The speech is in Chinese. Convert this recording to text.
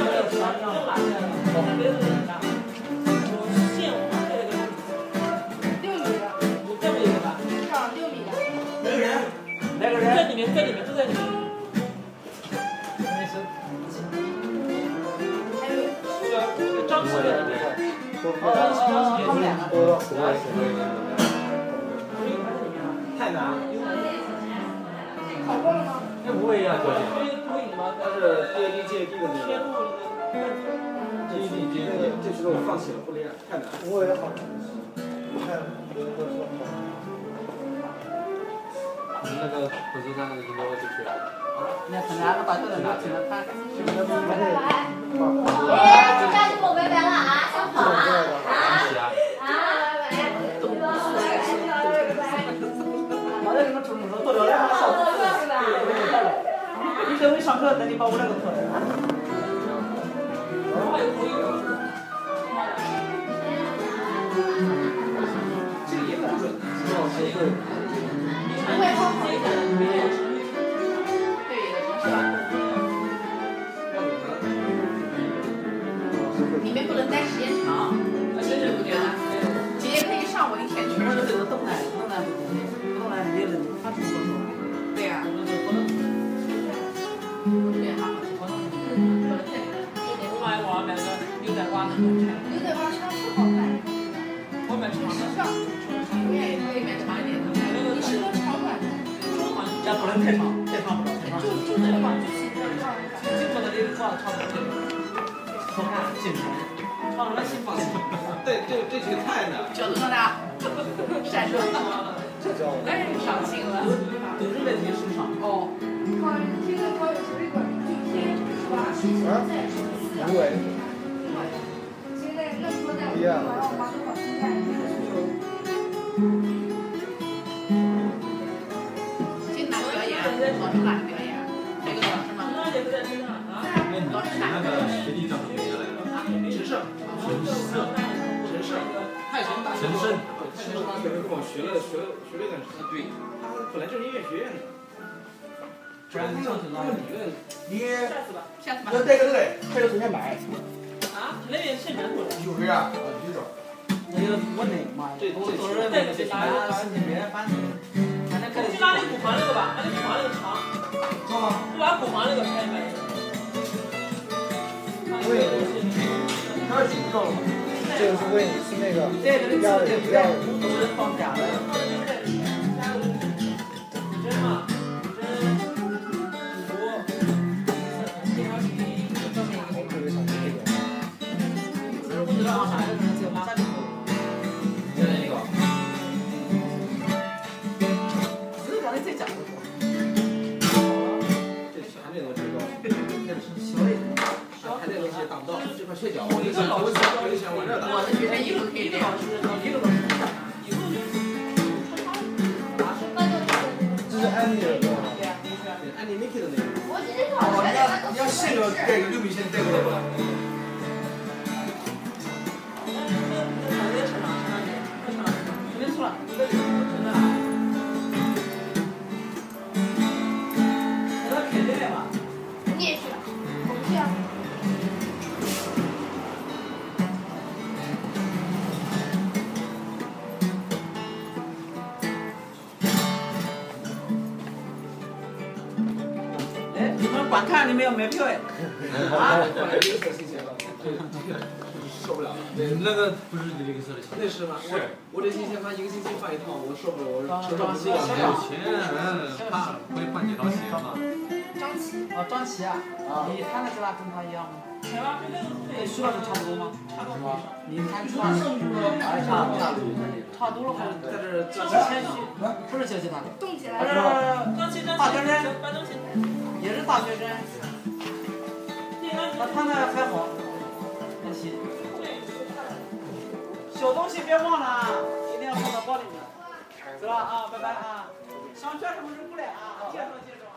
要把这个那杯子给它，我线我们这个六米的，有这么一个吧，长六米的，来个人，来个在人，里面，在里面，就在里面。那是还有这个张弛点的杯子，哦，他们两个，我这个还在里面啊。太难了，烤过了吗？这不会一样我多这钱。不是投影吗？它是 DAD 界地的那天个路那个。 ，DAD 界地，这时候放弃了，不练，太难。我也好，看别人都说好，那个不是他那个什么就去了，那很难了，把这个拿起来看。是不是不会哎，这张跟我拜拜了啊，想跑啊啊是啊，啊！拜拜。脑袋里面杵杵坐着了，好的，是吧？你等会上课，等你把我那个脱了。对的，是吧？你们不能待时间长，姐姐可以上我一天全那部个都这个动弹，动弹不动弹，你就忍住，他不动手。对呀，对哈，我的天，牛仔花超市好买，时尚，我也可以买长一点的，你适合长款的，但不能太长，太长不了，太长就就这款，就喜欢这款。不看进城。对对，这是个太难。饺子呢？闪烁，这叫当然是伤心了。都是在提市场，哦，这个高有水管，就天是吧？无为现在那么多代，我要把多少心态？今天哪个表演？老师哪个表演？这个老师吗？老师哪个表演？学弟叫什么名字来着？只是太神大陈胜，陈胜大学跟我学了学了学了一段时间。对，他本来就是音乐学院的。不然上去那个理论，你下次吧。要带个队，带个随便买，就是啊，举手。那个我奶妈呀，这我总是这去拿拿你别翻，反正看中吗？他是挺高了。这个是为你是那个这个要这个不要要，不是放假了，我特别想吃这个。不知道放啥，有可能只有拉里头。现在那个，只是感觉这讲的多，这全这东西高。小一点。他这东西打不到，这块缺角。我一想，我想，我一想往这打。我的学生以后可以这样。这是安迪的歌吗？安妮 Nike 的那个，我今天考试你要线条带个六米线带过来吧。随便出了，那他肯定的嘛。你也去啊了，哎，你们管看你们有买票哎？啊？后来绿色新鞋了，啊受不了了。那个不是你那个色的，那是吗？我我这新鞋发一个星期换一套，我受不了，我承受张不起琪，了。没有啊钱，怕会换几双鞋嘛？张琪，哦，张琪啊，你弹的吉他跟他一样吗？跟徐老师差不多吗？你弹吉他啊差多了吗？在这小这提琴不是小提琴，动起啊他来！是大学生，班也是大学生，那弹的还好，还行。小东西别忘了啊，一定要放到包里面。走了啊，拜拜啊！想学什么时候过来啊？介绍介绍。